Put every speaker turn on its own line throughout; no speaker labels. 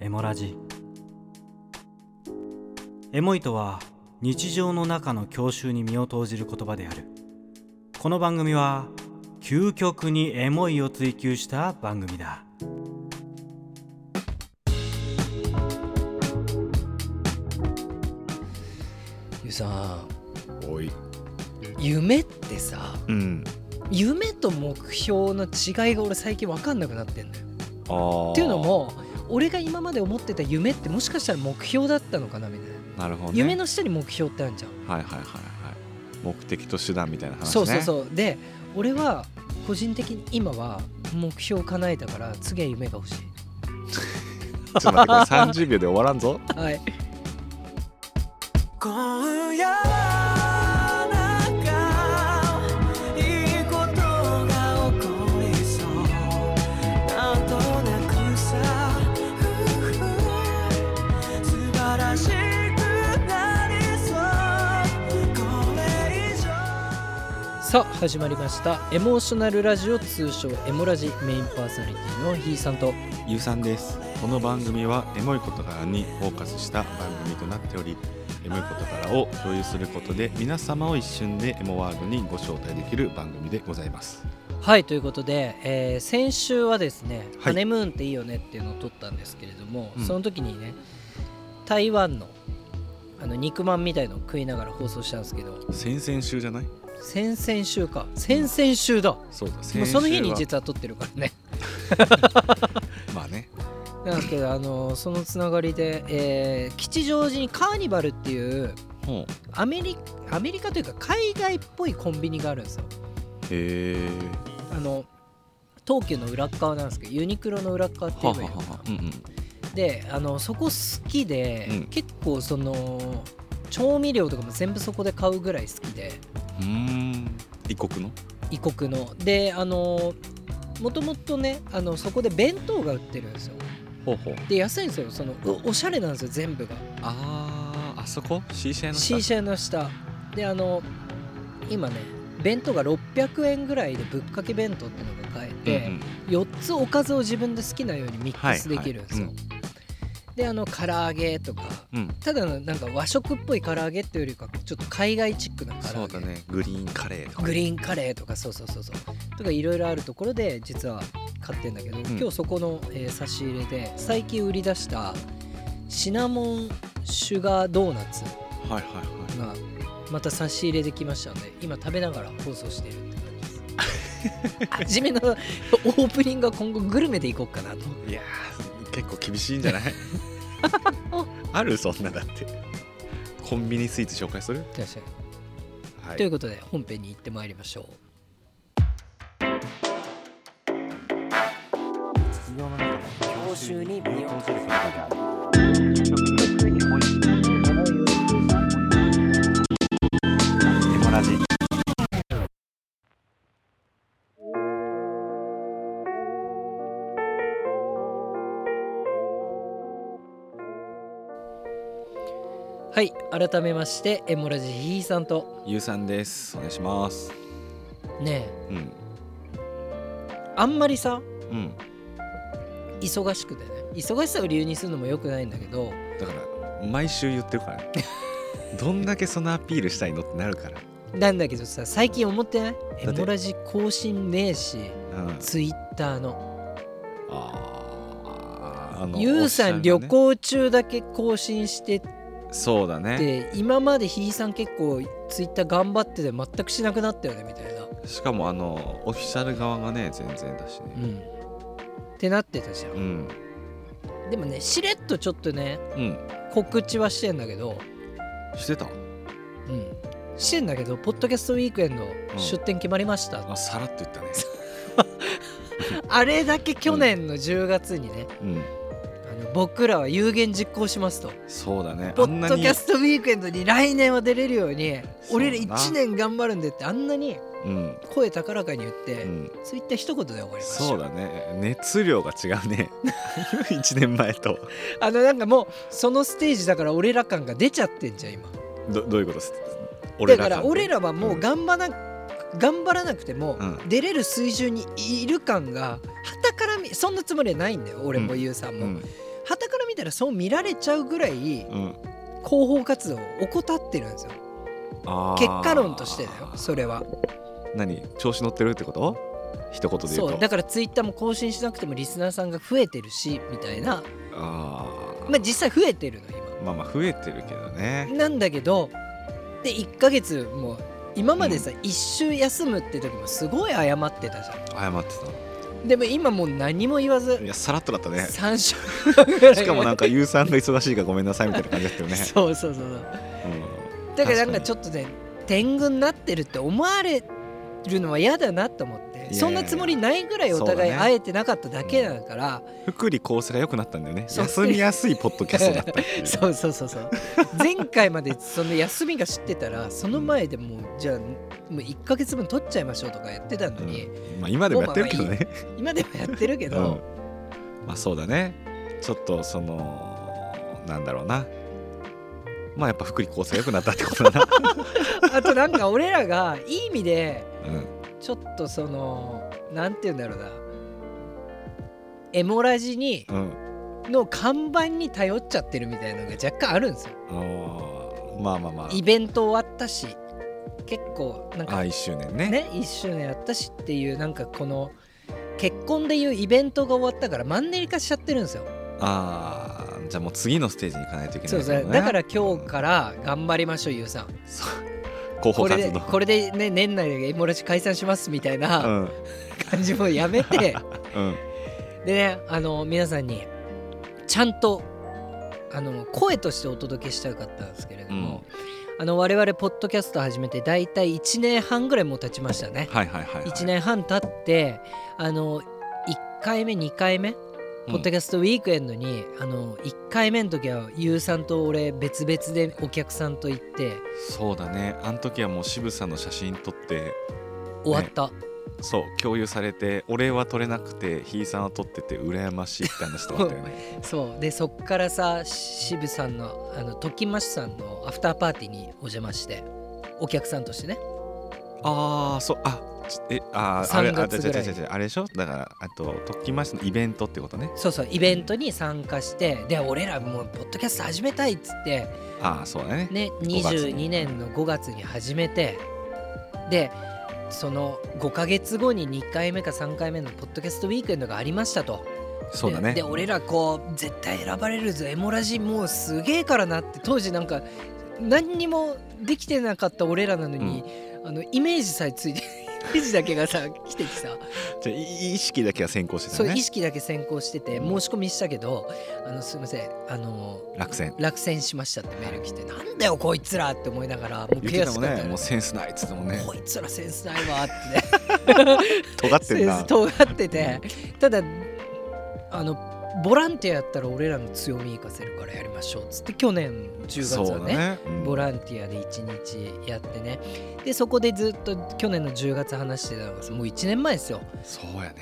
エモラジエモいとは日常の中の郷愁に身を投じる言葉であるこの番組は究極にエモいを追求した番組だ
ゆうさん
おい
夢ってさ
うん
夢と目標の違いが俺最近分かんなくなってんだよ。
あー
っていうのも俺が今まで思ってた夢ってもしかしたら目標だったのかなみたいな、
なるほど、ね、
夢の下に目標ってあるじゃん。
はいはいはいはい目的と手段みたいな話ね
そうそう
う
そうで俺は個人的に今は目標を叶えたから次は夢が欲 しい。
ちょっと待ってこれ30秒で終わらんぞ
はい
今夜なんかいいことが起こりそうなんとなくさふうふう素晴らしくなりそうこれ以上
さあ始まりました「エモーショナルラジオ」通称「エモラジ」メインパーソナリティのひいさんと
ゆうさんですこの番組はエモい事柄にフォーカスした番組となっておりエモい事柄を共有することで皆様を一瞬でエモワールドにご招待できる番組でございます
はいということで、えー先週はですね、
はい
ハネムーンっていいよねっていうのを撮ったんですけれども、
うん
その時にね台湾のあの肉まんみたいのを食いながら放送したんですけど
先々週じゃない
先々週か先々週だ、
そうだ
もう
先週
そ
は
の日に実は撮ってるから ね
まあね
なんですけどあのそのつながりで、えー吉祥寺にカーニバルっていう
ほう
アメリアメリカというか海外っぽいコンビニがあるんですよ
へえ
あの東急の裏っ側なんですけどユニクロの裏っ側って言えばいいのかな
うんうん
であのそこ好きで、
うん
結構その調味料とかも全部そこで買うぐらい好きで
うーん異国の
異国のであのもともとねあのそこで弁当が売ってるんですよ
ほうほう
で安いんですよそのおおしゃれなんですよ全部が
あーあそこ C 社の
C 社の下であの今ね弁当が600円ぐらいでぶっかけ弁当っていうのが買えて、4つおかずを自分で好きなようにミックスできるんですよ、
はいは
であの唐揚げとか
うんうん、うん
ただのなんか和食っぽい唐揚げっていうよりかちょっと海外チックな唐
そ
揚
う
げ
だねグリーンカレーとかね
グリーンカレーとかそうそうそうそうとかいろいろあるところで実は買ってんだけど、
ん
今日そこの、えー差し入れで最近売り出したシナモンシュガードーナツ
はいはいは
が
い
また差し入れできましたので今食べながら放送しているって感じです初めのオープニングは今後グルメでいこうかなと
いやー結構厳しいんじ ゃないあるそんなだってコンビニスイーツ紹介する、
確かに
は
ということで本編に行ってまいりましょ
教習に身を投じることがあるエモラジ
うはい改めましてエモラジひいさんと
ゆうさんですお願いします
ね
うん
えあんまりさ
うん
忙しくてね忙しさを理由にするのもよくないんだけど
だから毎週言ってるから ねどんだけそのアピールしたいのってなるから、
なんだけどさ最近思ってないエ
って
モラジ更新ねえし
うん、
ツイッターの
あーあの
ゆうさん、
おっしゃる
旅
ね
行中だけ更新してっ
そうだね
て今までひいさん結構ツイッター頑張ってて全くしなくなったよねみたいな
しかもあのオフィシャル側がね全然だし
う
ね
んってなってたじゃ、
うんん
でもねしれっとちょっとね
うん、
告知はしてんだけど
してた
うんしてんだけどポッドキャストウィークエンド出店決まりました、
あさらっと言ったね
あれだけ去年の10月にね、
うん
あの僕らは有言実行しますと
そうだね
ポッドキャストウィークエンドに来年は出れるように
そうだ
俺
な
ら1年頑張るんでってあんなに
あんなに
声高らかに言って、
うん、うん、
そういった一言で終わりました
そうだね熱量が違うね 1年前と
あのなんかもうそのステージだから俺ら感が出ちゃってんじゃん今
どどういうことです
だから俺
ら
らはもう頑張らな、頑張らなくても
うん
出れる水準にいる感がはたからみそんなつもりはないんだよ俺も
うん
ゆうさん
う
も
ん
はたから見たらそう見られちゃうぐらい
うん、
広報活動を怠ってるんですよ
あー
結果論としてだよそれは
何調子乗ってるってこと一言で言うと
そうだからツイッターも更新しなくてもリスナーさんが増えてるしみたいな
あー
まあ実際増えてるの今
まあまあ増えてるけどね
なんだけどで1ヶ月もう今までさ、一周休むって時もすごい謝ってたじゃ
謝って
んでも今もう何も言わ
た
ず
いやさらっとだった ね
3週間ぐらい
しかもなんか優さんが忙しいからごめんなさいみたいな感じだったよ ね、
そうそうそうそう
うん
だからなんかちょっとね天狗になってるって思われるのは嫌だなと思って
や
そんなつもりないぐらいお
そうだ
互い
ね
会えてなかっただけだから
福利厚生が良くなったんだよね
そう
休みやすいポッドキャストだったっていう
そう,、そうそうそう 前回までその休みが知ってたらその前でもうじゃあもう1ヶ月分取っちゃいましょうとかやってたのに、
うんまあ、今でもやってるけどね
今でもやってるけど、
うん、まあそうだねちょっとそのなんだろうなまあやっぱ福利厚生良くなったってこ とだな、
あとなんか俺らがいい意味で
うん、
ちょっとそのなんて言うんだろうなエモラジに
うん
の看板に頼っちゃってるみたいなのが若干あるんですよ
あのまあまあまあ
イベント終わったし結構なん
あ
か
1周年ね
ね1周年やったしっていうなんかこの結婚でいうイベントが終わったからマンネリ化しちゃってるんですよ、
ああじゃあもう次のステージに行かないといけない
そうそうだから今日から頑張りましょうゆうさん
候
こ
補
れ
活
で
動
これでね年内でエモラジ解散しますみたいうなん感じもやめ て
うん
でねあの皆さんにちゃんとあの声としてお届けしたかったんですけれども、あの我々ポッドキャスト始めて大体1年半ぐらいもう経ちましたね、
はいはいはい、はい、
1年半経ってあの1回目2回目ポッドキャストウィークエンドに、あの1回目の時はゆうさんと俺別々でお客さんと行って
そうだねあの時はもう渋さんの写真撮って
終わった、
そう共有されて俺は撮れなくてひいさんは撮ってて羨ましいって話とかあった よね
そうでそっからさ渋さんのあの時増さんのアフターパーティーにお邪魔してお客さんとしてね
ああそうあちえあーあれ
3
あ
月ぐ
違う
ら
違
いう
違う違うあれでしょだからあと「ときまし」のイベントってことね
そうそうイベントに参加してで俺らもうポッドキャスト始めたいっつって
ああそうだね
ね
5月に
22年の5月に始めてでその5ヶ月後に2回目か3回目のポッドキャストウィークエンドがありましたと
そうだね
でで俺らこう絶対選ばれるぞエモラジもうすげえからなって当時なんか何にもできてなかった俺らなのに、あのイメージさえついて イメージだけがさ来ててさ
じゃあい意識だけは先行してた
そう
ね
意識だけ先行してて申し込みしたけどあのすいませんあの
落選
落選しましたってメール来てなんだよこいつらって思いながらもう
言って
悔
た
し
も
かっ
ん
た
ね
よ
もうセンスないっつってたもんね
こいつらセンスないわってね
尖って
セ
る
ンス
な
尖っててただあのボランティアやったら俺らの強み活かせるからやりましょうっつって去年10月
そう
は
だ
ね
ねうん
ボランティアで1日やってねでそこでずっと去年の10月話してたのがもう1年前ですよ
そうやね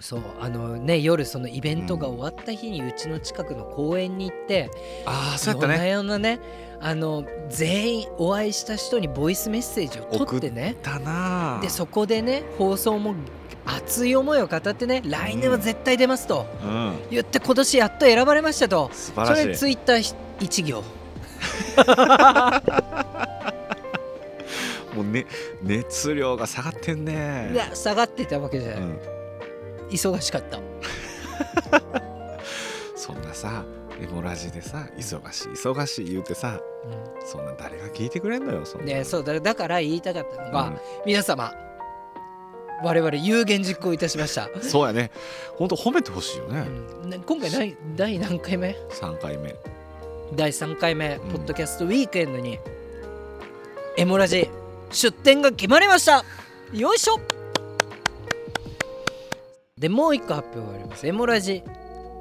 そうあのね夜そのイベントが終わった日にうちの近くの公園に行って、
ああそうや
夜
った
な
ね
夜なねあの全員お会いした人にボイスメッセージを取ってね
だなあ
でそこでね放送も熱い思いを語ってね来年は絶対出ますと
うん
言って今年やっと選ばれましたと
素
そ
晴
れ
らしい
ツイッター一行
もうね熱量が下がってんね
いや下がってたわけじゃない、
うん
忙しかった
そんなさエモラジでさ忙しい忙しい言うてさそんな誰が聞いてくれんのよそんな
ねそうだだから言いたかったのが、
うん
皆様我々有言実行いたしました、
そうやね。本当褒めてほしいよ
う
ね。
んね今回第第何回目
三回目。
第3回目、
ん
ポッドキャストウィークエンドにエモラジ出店が決まりましたよいしょでもう一個発表がありますエモラジ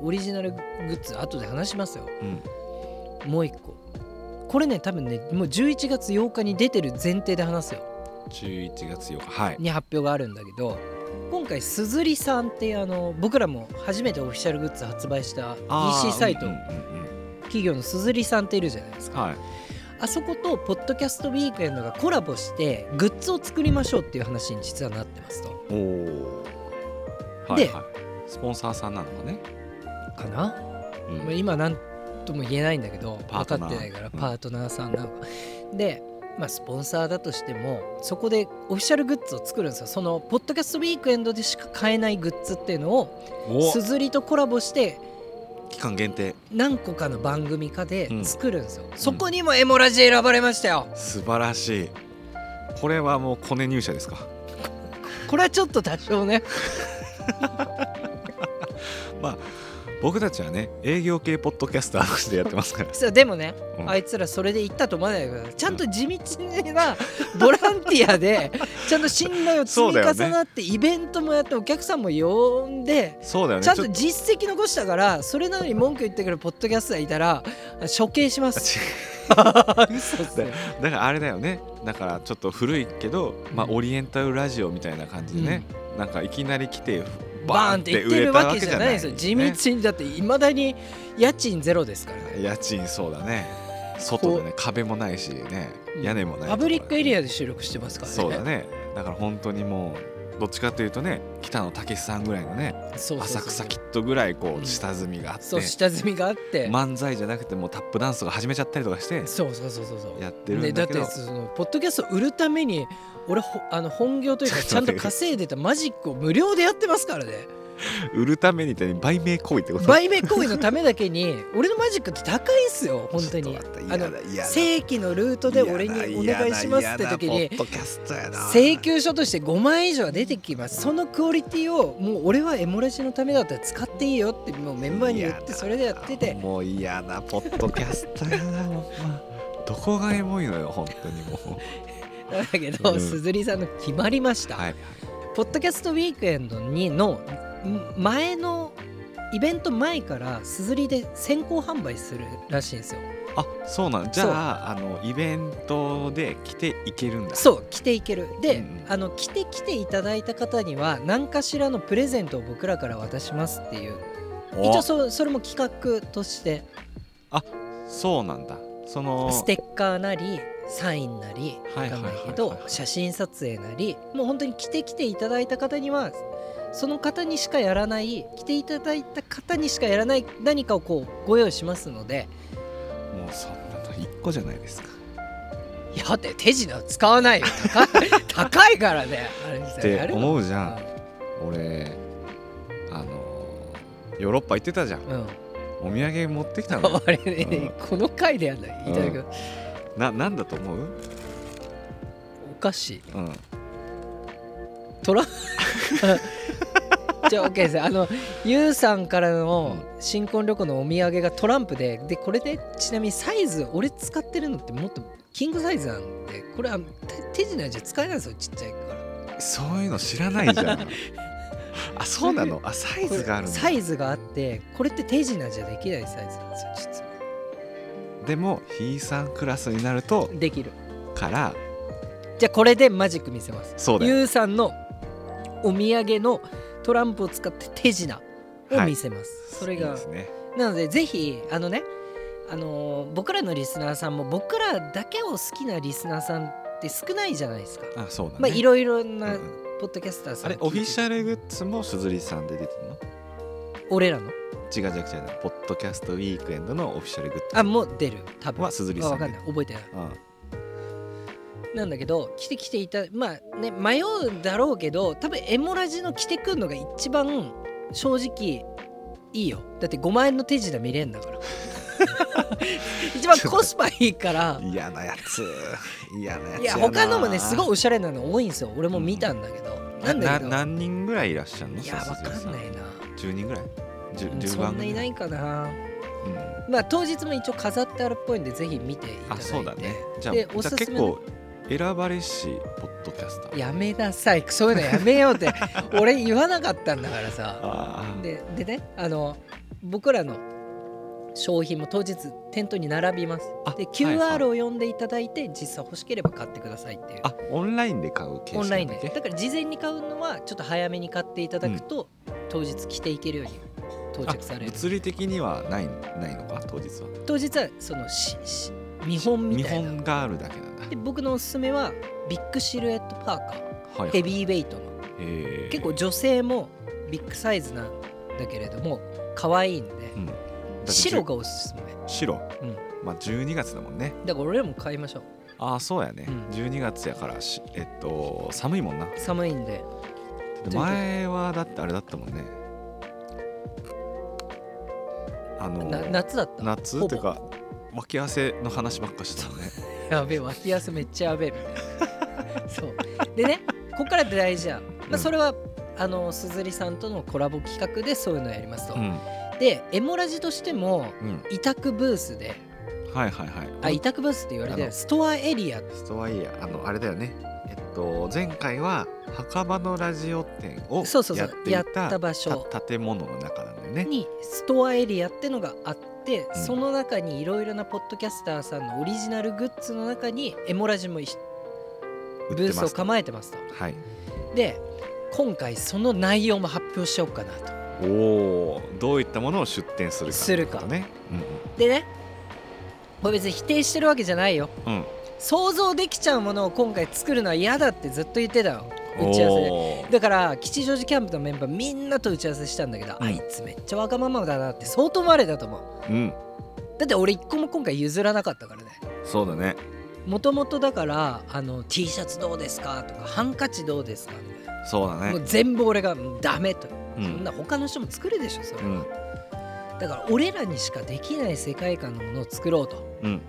オリジナルグッズ後で話しますよ
うん。
もう一個これね多分ねもう11月8日に出てる前提で話すよ
十一月八日。はい。
に発表があるんだけど今回すずりさんっていうあの僕らも初めてオフィシャルグッズ発売した EC サイト、
うんうん
企業のすずりさんっているじゃないですか
うんはい。
あそことポッドキャストウィークエンドがコラボしてグッズを作りましょうっていう話に実はなってますと
おお。はいはい。スポンサーさんなのかね。
かな
うん
まあ、今何とも言えないんだけど
パ
分か
ート
っ
ナー
てないから
うん
パートナーさんなのか、で、まあ、スポンサーだとしてもそこでオフィシャルグッズを作るんですよそのポッドキャストウィークエンドでしか買えないグッズっていうのを
お
すずりとコラボして
期間限定
何個かの番組かで作るんですよ、
ん
そこにもエモラジ選ばれましたよ
素晴らしいこれはもうコネ入社ですか
これはちょっと多少ね
僕たちはね営業系ポッドキャスターとしてやってますから
そうでもね、
うん
あいつらそれで行ったと思わないでくださいちゃんと地道 なボランティアでちゃんと信頼を積み重
そうだ
なって、イベントもやってお客さんも呼んで
そうだよね
ちゃん
ちょ
と
っと
実績残したからそれなのに文句言ってくるポッドキャスターいたら処刑します 嘘っすよ
だからあれだよねだからちょっと古いけど、まあ、オリエンタルラジオみたいな感じでね、なんかいきなり来て
バーンって言ってるわけじゃないですよ地
ね
道にだっていまだに家賃ゼロですからね
家賃そうだね外でね壁もないしね屋根もない
パブリックエリ
ア
アで収録してますからね
そうだねだから本当にもうどっちかというとね北野武さんぐらいのね
そうそうそう
浅草キッドぐらいこ
うん
う下積みがあって、
そう下積みがあって、
漫才じゃなくてもうタップダンスとか始めちゃったりとかして
そうそうそうそうそう
やってるんだけど、
ね、だってそのポッドキャスト売るために俺ほあの本業というかち
ち
ゃ
ょ
ん
っ
と
と待って
稼いでたマジックを無料でやってますからね
売るためにって売名行為ってこと
売名行為のためだけに俺のマジックって高いんすよ本当に
ちょっと待って
あ
嫌
の
だ嫌だ
正規のルートで俺にお願いしますって時に
ポッドキャストやな
請求書として5万円以上は出てきますそのクオリティをもう俺はエモレジのためだったら使っていいよってもうメンバーに言ってそれでやってて
もう嫌なポッドキャストやなもうまあどこがエモいのよ本当にもう
だけど
うん
すずりさんの決まりました、
はいはい
ポッドキャストウィークエンドにのん前のイベント前からすずりで先行販売するらしいんですよ
あそうなんじゃああのイベントで来ていけるんだ
そう着ていけるで、
うん
あの着て来ていただいた方には何かしらのプレゼントを僕らから渡しますっていう一応
お
そそれも企画として
そうなんだその
ステッカーなりサインなり
は
わ
い
か
はい
んな
は
いい
はい
けど写真撮影なりもう本当に着てきていただいた方にはその方にしかやらない着ていただいた方にしかやらない何かをこうご用意しますので
もうそんなの一個じゃないですか
いやだって手品は使わないよ 高い高いからねあれっ
って思うじゃん
ん
俺あのヨーロッパ行ってたじゃん
うん、
お土産持ってきたのよ
あれね、この回でやんないいただく、
うんななんだと思う
お菓子
うん
トラじゃあ OK ですあのゆうさんからの新婚旅行のお土産がトランプででこれでちなみにサイズ俺使ってるのってもっとキングサイズなんでこれは手手品じゃ使えないんですよちっちゃいから
そういうの知らないじゃ んあそうなのあサイズがあるんだ
サイズがあってこれって手品じゃできないサイズなんですよ実は
でもひいさんクラスになると
できる
から
じゃあこれでマジック見せます
そうだよ
ゆうさんのお土産のトランプを使って手品を見せます、それ
いい
が
ですね
なのでぜひあのね、あのー僕らのリスナーさんも僕らだけを好きなリスナーさんって少ないじゃないですか。
あそうだね
まあいろいろ
うん
な
うん
ポッドキャスターさ
あ
ん、
れオフィシ
ャ
ャルグッズもすずりさんで出てるの
俺らの
違う違う違うポッドキャストウィークエンドのオフィシャルグッズ
あもう出る多分。
は鈴木さん
あわかんない覚えてない。
うん
なんだけど来て来ていたまあね迷うんだろうけど多分エモラジの着てくんのが一番正直いいよだって5万円の手品見れんだから 一番コスパいいから
嫌なや つ嫌なやつ
いや他のもねすごい
い
おしゃれなの多いんですよ俺も見たんだけど、なんだけど
何人ぐらいいらっしゃるの
いやわかんないな
10人ぐらい
うん
10, 10
そ
番、
んないないいかな
うん、
まあ当日も一応飾ってあるっぽいんでぜひ見ていただい
あ
て
そうだねじゃあ
でお
じゃ
す
あ
す
結
めの
構選ばれしポッドキャスター
やめなさいそういうのやめようって 俺言わなかったんだからさ
あー
ででねあの僕らの商品も当日店頭に並びます
あ
で
はいはい
QR を読んでいただいて実際欲しければ買ってくださいっていう
あオンラインで買う形式
オンラインで
だっけ
だから事前に買うのはちょっと早めに買っていただくと、当日着ていけるように到着さ
あ
れる
物理的にはないないのか当日は
当日はそのしし見本み
見
たいな
本があるだけなんだ
で僕のおすすめはビッグシルエットパーカー
はい
ヘビーウェイトの
えー
結構女性もビッグサイズなんだけれども可愛いんで、
うんって
白がおすすめ
白、
うん
まあ12月だもんね
だから俺らも買いましょう
ああそうやね、
うん
12月やからしえっと寒いもんな
寒いんで
で前はだってあれだったもんねあの
な夏だった
夏
ほぼ
っていうか脇汗の話ばっかしてたもんね
やべえ脇汗めっちゃやべえみたい なそうでねここから大事や、
う
まあ、
ん
それは、あのすずりさんとのコラボ企画でそういうのやりますと、
う
でエモラジとしても
ん、うん、
委託ブースで
はいはいはい
あ委託ブースって言われて
あの
ストアエリア
ストアイヤーあのあれだよねえっと前回は墓場のラジオ店を
そうそうそ
やっ
う
てい
やったた場所
た建物の中なんだよね
にストアエリアってのがあって、
うん
その中にいろいろなポッドキャスターさんのオリジナルグッズの中にエモラジもいし
売
ブ
ってま
ー
す
スを構えてますと
はい
で今回その内容も発表しようかなと
おおどういったものを出店するか
するか
ってことね
でねこれ別に否定してるわけじゃないよ
うんうん
想像できちゃうものを今回作るのは嫌だってずっと言ってたよ
うん
打ち合わせで
おー
だから吉祥寺キャンプのメンバーみんなと打ち合わせしたんだけど、
うん
あいつめっちゃわがままだなって相当思われたと思う
うん
だって俺一個も今回譲らなかったからね
そうだね
もともとだからあの T シャツどうですかとかハンカチどうですかみたいな
そうだ
も
ね
う全部俺がうんダメと、
う
そん
ん
な他の人も作るでしょそれ
う
は、
ん
だから俺らにしかできない世界観のものを作ろうと
うん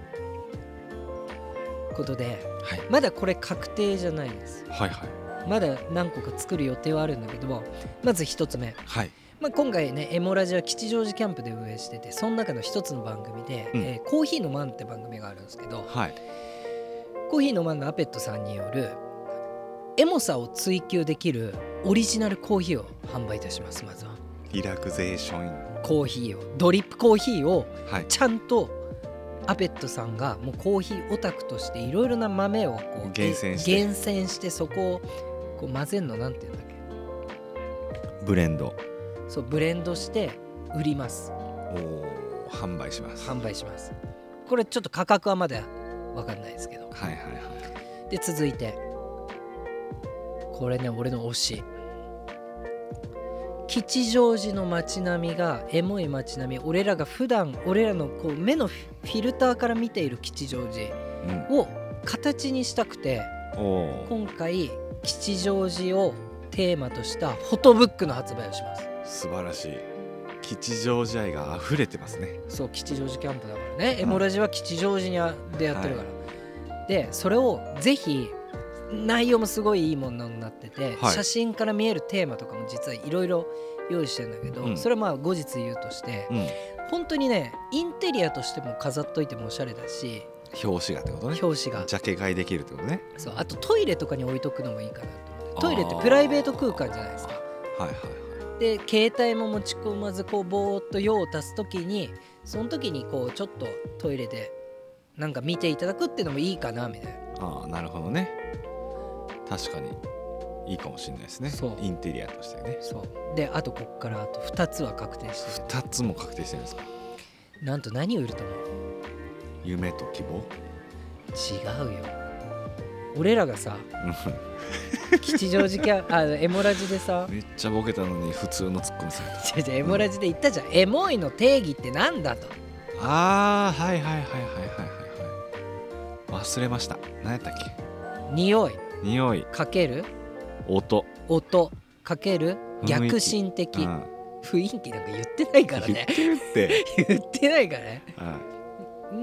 ことで
はい
まだこれ確定じゃないんです
はいはい
まだ何個か作る予定はあるんだけどもまず一つ目、
はい
まあ、今回ね「エモラジ」は吉祥寺キャンプで運営しててその中の一つの番組で、
うん
えーコーヒーのマン」って番組があるんですけど
はい
コーヒーのマンのアペットさんによるエモさを追求できるオリジナルコーヒーを販売いたしますまずは
リラクゼーション
コーヒーをドリップコーヒーを
はい
ちゃんとアペットさんがもうコーヒーオタクとしていろいろな豆をこう
厳選して
厳選してそこをこう混ぜるのなんていうんだっけ
ブレンド
そうブレンドして売ります
おー販売します
販売しますこれちょっと価格はまだ分かんないですけど
はいはいはい
で続いてこれね俺の推し吉祥寺の街並みがエモい街並み俺らが普段俺らのこう目のフィルターから見ている吉祥寺を形にしたくて
うんおー
今回吉祥寺をテーマとしたフォトブックの発売をします
素晴らしい吉祥寺愛が溢れてますね
そう吉祥寺キャンプだからね、エモラジは吉祥寺にあでやってるから、でそれをぜひ内容もすごいいいものになってて、
はい
写真から見えるテーマとかも実はいろいろ用意してるんだけど、
うん
それはまあ後日言うとして
うん
本当にねインテリアとしても飾っといてもおしゃれだし
表紙がってことね
表紙が
ジャケ買いできるってことね
そうあとトイレとかに置いとくのもいいかなとトイレってプライベート空間じゃないですか
はいはい
で携帯も持ち込まずこうぼーっと用を足す時にその時にこうちょっとトイレでなんか見ていただくっていうのもいいかなみたいな
はいああなるほどね確かにいいかもしれないですね
そう
インテリアとしてね
そうであとこっからあと2つは確定して
2つも確定してるんですか
るなんと何を売ると思う
夢と希望
違うよ俺らがさ吉祥寺キ ャあエモラジでさ
めっちゃボケたのに普通のツッコミされた
違う違うエモラジで言ったじゃん、エモいの定義ってなんだと
ああはいはいはいはいはいはいはい忘れました何やったっけ
匂い
匂い
かける
音
音かける
雰囲気
逆進
う
的
ん
雰囲気なんか言ってないから
言っ
ね
てるって、
言ってないからね
うん、はい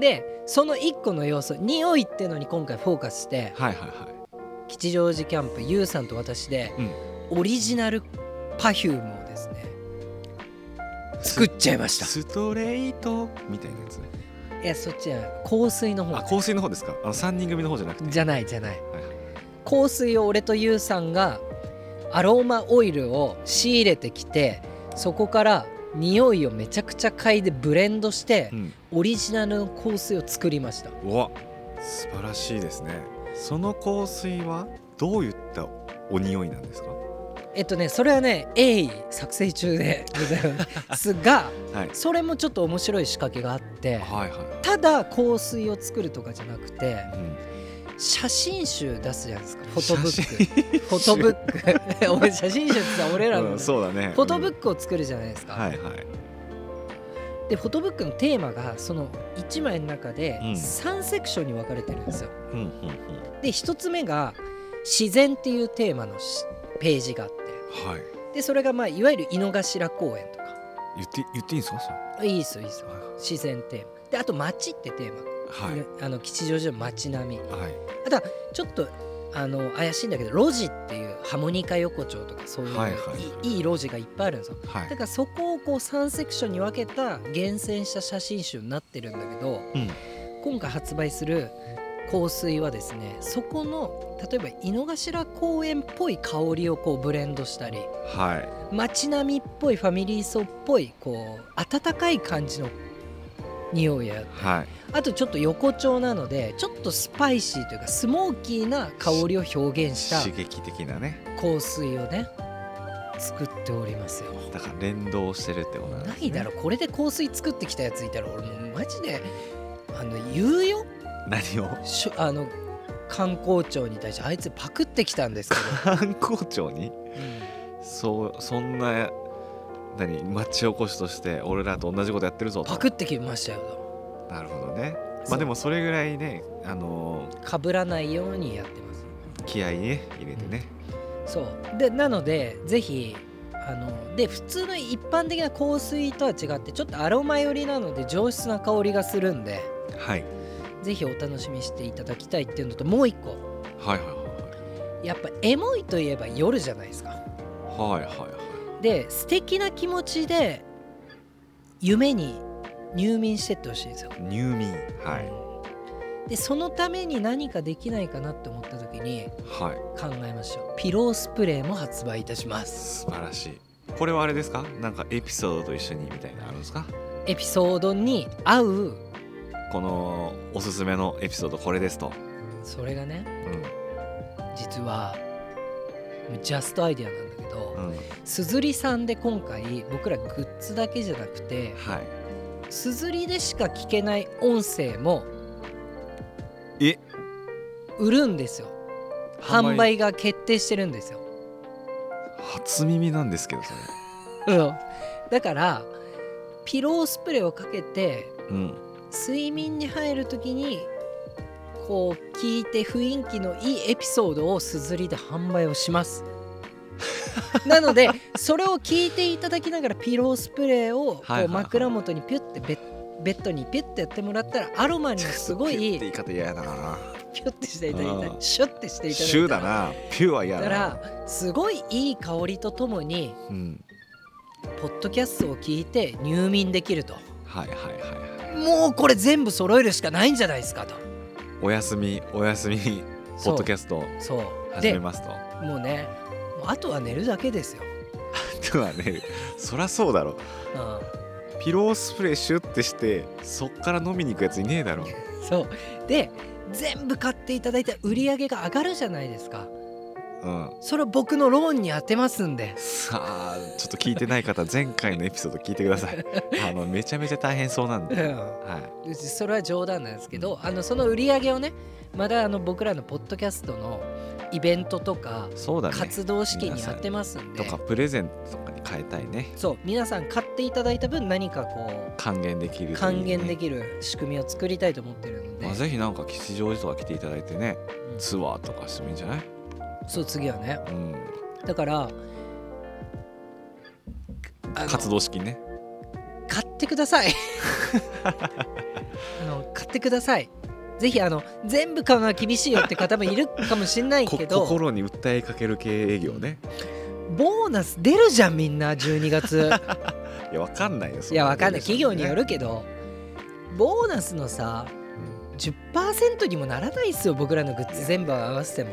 でその1個の要素匂いっていうのに今回フォーカスして
はいは
吉祥寺キャンプ YOU さんと私で
うん、
オリジナルパフュームをですね
い
作っちゃいました
ストレートみたいなやつね
いやそっちじゃない香水の
あ
方
香水の方ですかあの3人組の方じゃなくて
じゃないじゃない
はいはい
香水を俺と YOU さんがアロマオイルを仕入れてきてそこから匂いをめちゃくちゃ嗅いでブレンドして
うん
オリジナルの香水を作りました
うわ素晴らしいですねその香水はどういったお匂いなんですか
えっとねそれはね鋭意作成中でございますが
はい
それもちょっと面白い仕掛けがあって
はいは
ただ香水を作るとかじゃなくて
い、うん、
写真集出すじゃないですかフォトブックフォトブック 俺写真集ってさ俺らの、
うんそうだね
フォトブックを作るじゃないですか、
うんはいはい
でフォトブックのテーマがその1枚の中で
うん
3セクションに分かれてるんですよ。
うんうんうん
で1つ目が「自然」っていうテーマのしページがあって
はい
でそれがまあいわゆる井の頭公園とか
言って言っていいんですかそれ
いいですよいいですよ自然テーマであと「街」ってテーマ、
はい
ねあの吉祥寺の街並み
はい
ちょっとあの怪しいんだけど路地っていうハモニカ横丁とかそういう、
はい
い
はい
い、いい路地がいっぱいあるんですよ
はい
だからそこをこう3セクションに分けた厳選した写真集になってるんだけど、
うん
今回発売する香水はですねそこの例えば井の頭公園っぽい香りをこうブレンドしたり
はい
街並みっぽいファミリー層っぽいこう温かい感じの匂いや
はい
あとちょっと横丁なのでちょっとスパイシーというかスモーキーな香りを表現した
刺激的なね
香水をね作っておりますよ。
だから連動してるってことなんです、
な
ね、
いだろこれで香水作ってきたやついたら俺もうマジであの言うよ
何を
しょあの観光庁に対してあいつパクってきたんですけ
観光庁に
ど、
そうそんな何町おこしとして俺らと同じことやってるぞと
パクってきましたよ
なるほどねまあでもそれぐらいねあの
かぶらないようにやってます
ー気合いね入れてね、
そうでなのでぜひあので普通の一般的な香水とは違ってちょっとアロマ寄りなので上質な香りがするんで
はい
ぜひお楽しみにしていただきたいっていうのともう一個
はいは
やっぱエモいといえば夜じゃないですか
いはいはいはいはい
で素敵な気持ちで夢に入眠してってほしいんですよ。
入眠はい
でそのために何かできないかなって思った時に
はい
考えましょうピロースプレーも発売いたします
素晴らしいこれはあれですかなんかエピソードと一緒にみたいなのあるんですか
エピソードに合う
このおすすめのエピソードこれですと、
それが
う
ね
ん
実はジャストアイデアなんだけど、
うん、
すずりさんで今回僕らグッズだけじゃなくて
はい
すずりでしか聞けない音声も
え
売るんですよ販売が決定してるんですよ
初耳なんですけどそれ
そうだからピロースプレーをかけて
うん
睡眠に入る時にこう聞いて雰囲気のいいエピソードをすずりで販売をします なのでそれを聞いていただきながらピロースプレーをこ
はいはいうはい
枕元にピュッてベッベッドにピュッてやってもらったらアロマにもすごい
ピュ
ピ
って言い方嫌やな
ュッてしていただい
あ
た
ー
シュッてしていただいた
シューだなピューは嫌
だか
だな
らすごいいい香りとともに
うん
ポッドキャストを聞いて入眠できると。
はいはいはいはい
もうこれ全部揃えるしかないんじゃないですかと。
おやすみおやすみポッドキャスト
スト。そう。
始め
で、
ますと
もうね、もうあとは寝るだけですよ。
ではねそらそうだろ
う
ピロースプレーシュッてしてそっから飲みに行くやついねえだろ
ん、そう。で、全部買っていただいた売り上げが上がるじゃないですか。
うん
それを僕のローンに当てますんで。
さあちょっと聞いてない 方前回のエピソード聞いてくださいあのめちゃめちゃ大変そうなん
う
で、
ん
は
うちそれは冗談なんですけど、あのその売り上げをね、まだあの僕らのポッドキャストのイベントとか
い、そうだね
活動資金に当てますん
と
で。
かプレゼントとかに変えたいね
そう皆さん買っていただいた分何かこ
還元できる
う還元で
き
きる仕組みを作りたいと思ってるので、
まあ、ぜひなんか吉祥寺とか来ていただいてね
うん
ツアーとかしてもいいんじゃない、
そう次はね
うん、
だからあの
活動資金ね
買ってくださ いあの買ってくださいぜひあの全部買うのは厳しいよって方もいるかもしれない
こ
けど
心に訴えかける経営業ね
ボーナス出るじゃんみんな12月
いやわかんないよ そ
い
ん
や
な
わかんない
レベ
企
ルじゃ
業によるけどボーナスのさ10%にもならないっすよ僕らのグッズ全部合わせても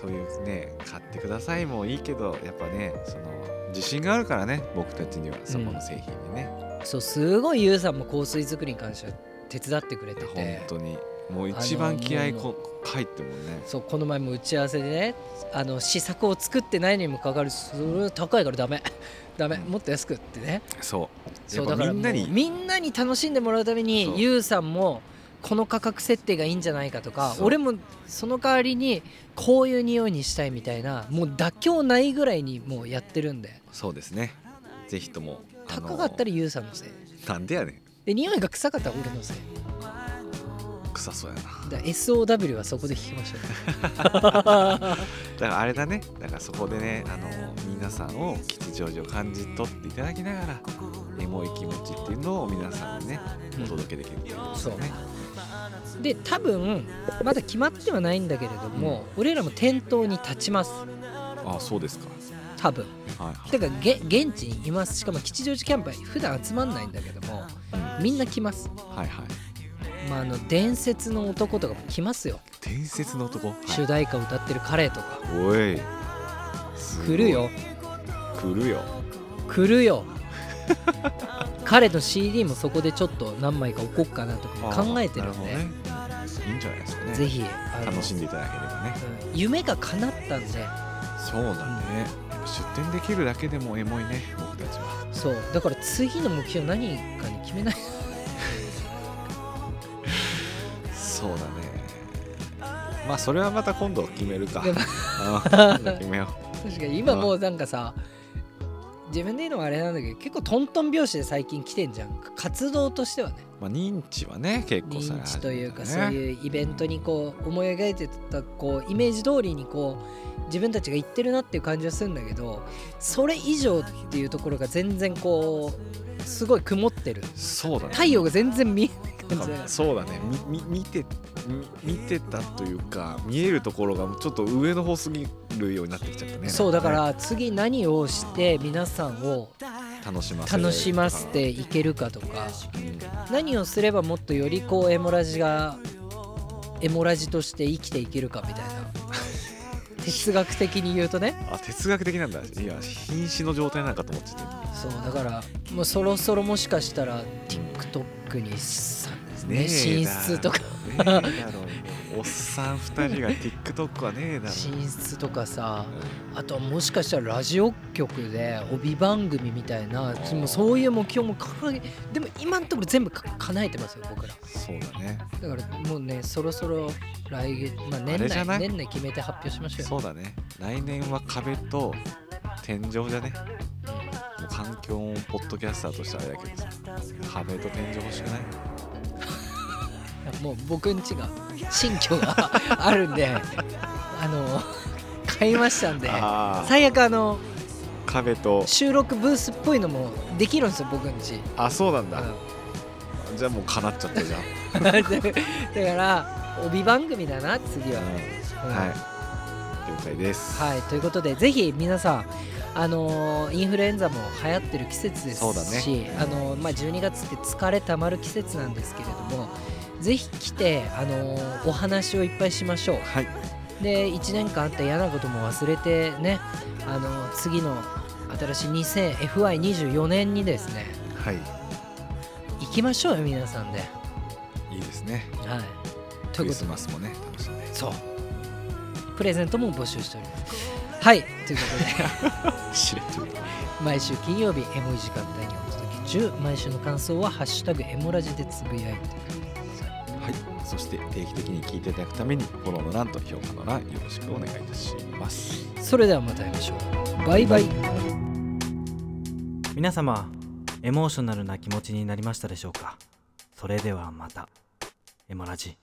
そういうね買ってくださいもいいけどやっぱねその自信があるからね僕たちにはそこの製品にね、
そうすごいユウさんも香水作りに関しては手伝ってくれ
い
て
や
て
本当にもう一番気合い
あの
こ入ってもんね
そうこの前も打ち合わせでねあの試作を作ってないにもかかわらずそれは高いからダメ ダメもっと安くってね
そう
そ
や
う
っ
だ
ぱ
から
み
も
ん
う
なに
みんなに楽しんでもらうため
そう
にユウさんもこの価格設定がいいんじゃないかとか
そう
俺もその代わりにこういう匂いにしたいみたいなもう妥協ないぐらいにもうやってるんで
そうですねぜひとも
高かった
り
らユウさんのせい
なんでやねん
で匂いが臭かったら俺のせい
臭そうやな
だから SOW はそこで聞きましょ
だからあれだねだからそこでねあの皆さんを吉祥寺を感じ取っていただきながらエモい気持ちっていうのを皆さんにね
うん
お届けできるっていう
う
こ
そ
とね、
うで多分まだ決まってはないんだけれども俺らも店頭に立ちます
あそうですか
多分
はいはい
てかげ現地にいますしかも吉祥寺キャンパー普段集まんないんだけどもみんな来ます、
はいはい
まあ、あの伝説の男とかも来ますよ、
伝説の男、はい
主題歌を歌ってる彼とか
おい
来るよ
来るよ
来るよ 彼の CD もそこでちょっと何枚か置こうかなとか考えてるんで
あーなるほどねいいんじゃないですかね
ぜひあの
楽しんでいただければね
うん夢が叶ったんで
そうだねやっぱ出店できるだけでもエモいね僕たちは
そうだから次の目標何かに決めない
そうだねまあそれはまた今度決めるか
で も
あー決めよ
確かに今もうなんかさ自分で言うのもあれなんだけど結構トントン拍子で最近来てんじゃん活動としてはね
う、まあ、認知はね結構され
認知
始
とい
めた
うか
ね
そういうイベントにこう思い描いてたこうイメージ通りにこう自分たちが行ってるなっていう感じはするんだけどそれ以上っていうところが全然こうすごい曇ってる
そうだね
太陽が全然見えない感じだから
そうだねみみ見てみ見てたというか見えるところがちょっと上の方すぎるようになってきちゃったね
そうだ
なん
か
ね
ら次何をして皆さんを
楽しませ
楽しませていけるかとか何をすればもっとよりこうエモラジがエモラジとして生きていけるかみたいな 哲学的に言うとね
あ哲学的なんだいや瀕死の状態なんかと思っちゃっ
そうだからもうそろそろもしかしたら TikTok にさ
て
ね進出とか
ねえだろ おっさん2人が TikTok はねえだ ろ
進出とかさあとはもしかしたらラジオ局で帯番組みたいなもうそういう目標も掲げでも今のところ全部か叶えてますよ僕ら
そうだね
だからもうねそろそろ来月、まあ、
あ
年
れじゃな
内
い
年内決めて発表しましょうよ
そうだね来年は壁と天井じゃねもう環境もポッドキャスターとしてあれだけどさ壁と天井欲しくない
もう僕ん家が新居があるん であの買いましたんで
あー
最悪あの
壁と
収録ブースっぽいのもできるんですよ僕ん家
あそうなんだ、
うん
じゃあもう叶っちゃったじゃん、
だ から帯番組だな次は、うん
はい了解です、
はいということでぜひ皆さんあのーインフルエンザも流行ってる季節で
そうだ
すし、
ね
あのーまあ、12月って疲れたまる季節なんですけれどもぜひ来て、あのーお話をいっぱいしましょう
はい
で1年間あった嫌なことも忘れてね、あのー次の新しい 2000FY24 年にですね
はい
行きましょうよ皆さんで。
いいですね
はい、というこ
クリ
と
ス
で
マスもね楽しんで
そうプレゼントも募集しておりますはいということで
しれっと
毎週金曜日エモい時間帯にお届け中毎週の感想は「ハッシュタグエモラジ」でつぶやいて
はいそして定期的に聞いていただくためにフォローの欄と評価の欄よろしくお願いいたします
それではまた会いましょうバイバイ
皆様エモーショナルな気持ちになりましたでしょうかそれではまたエモラジ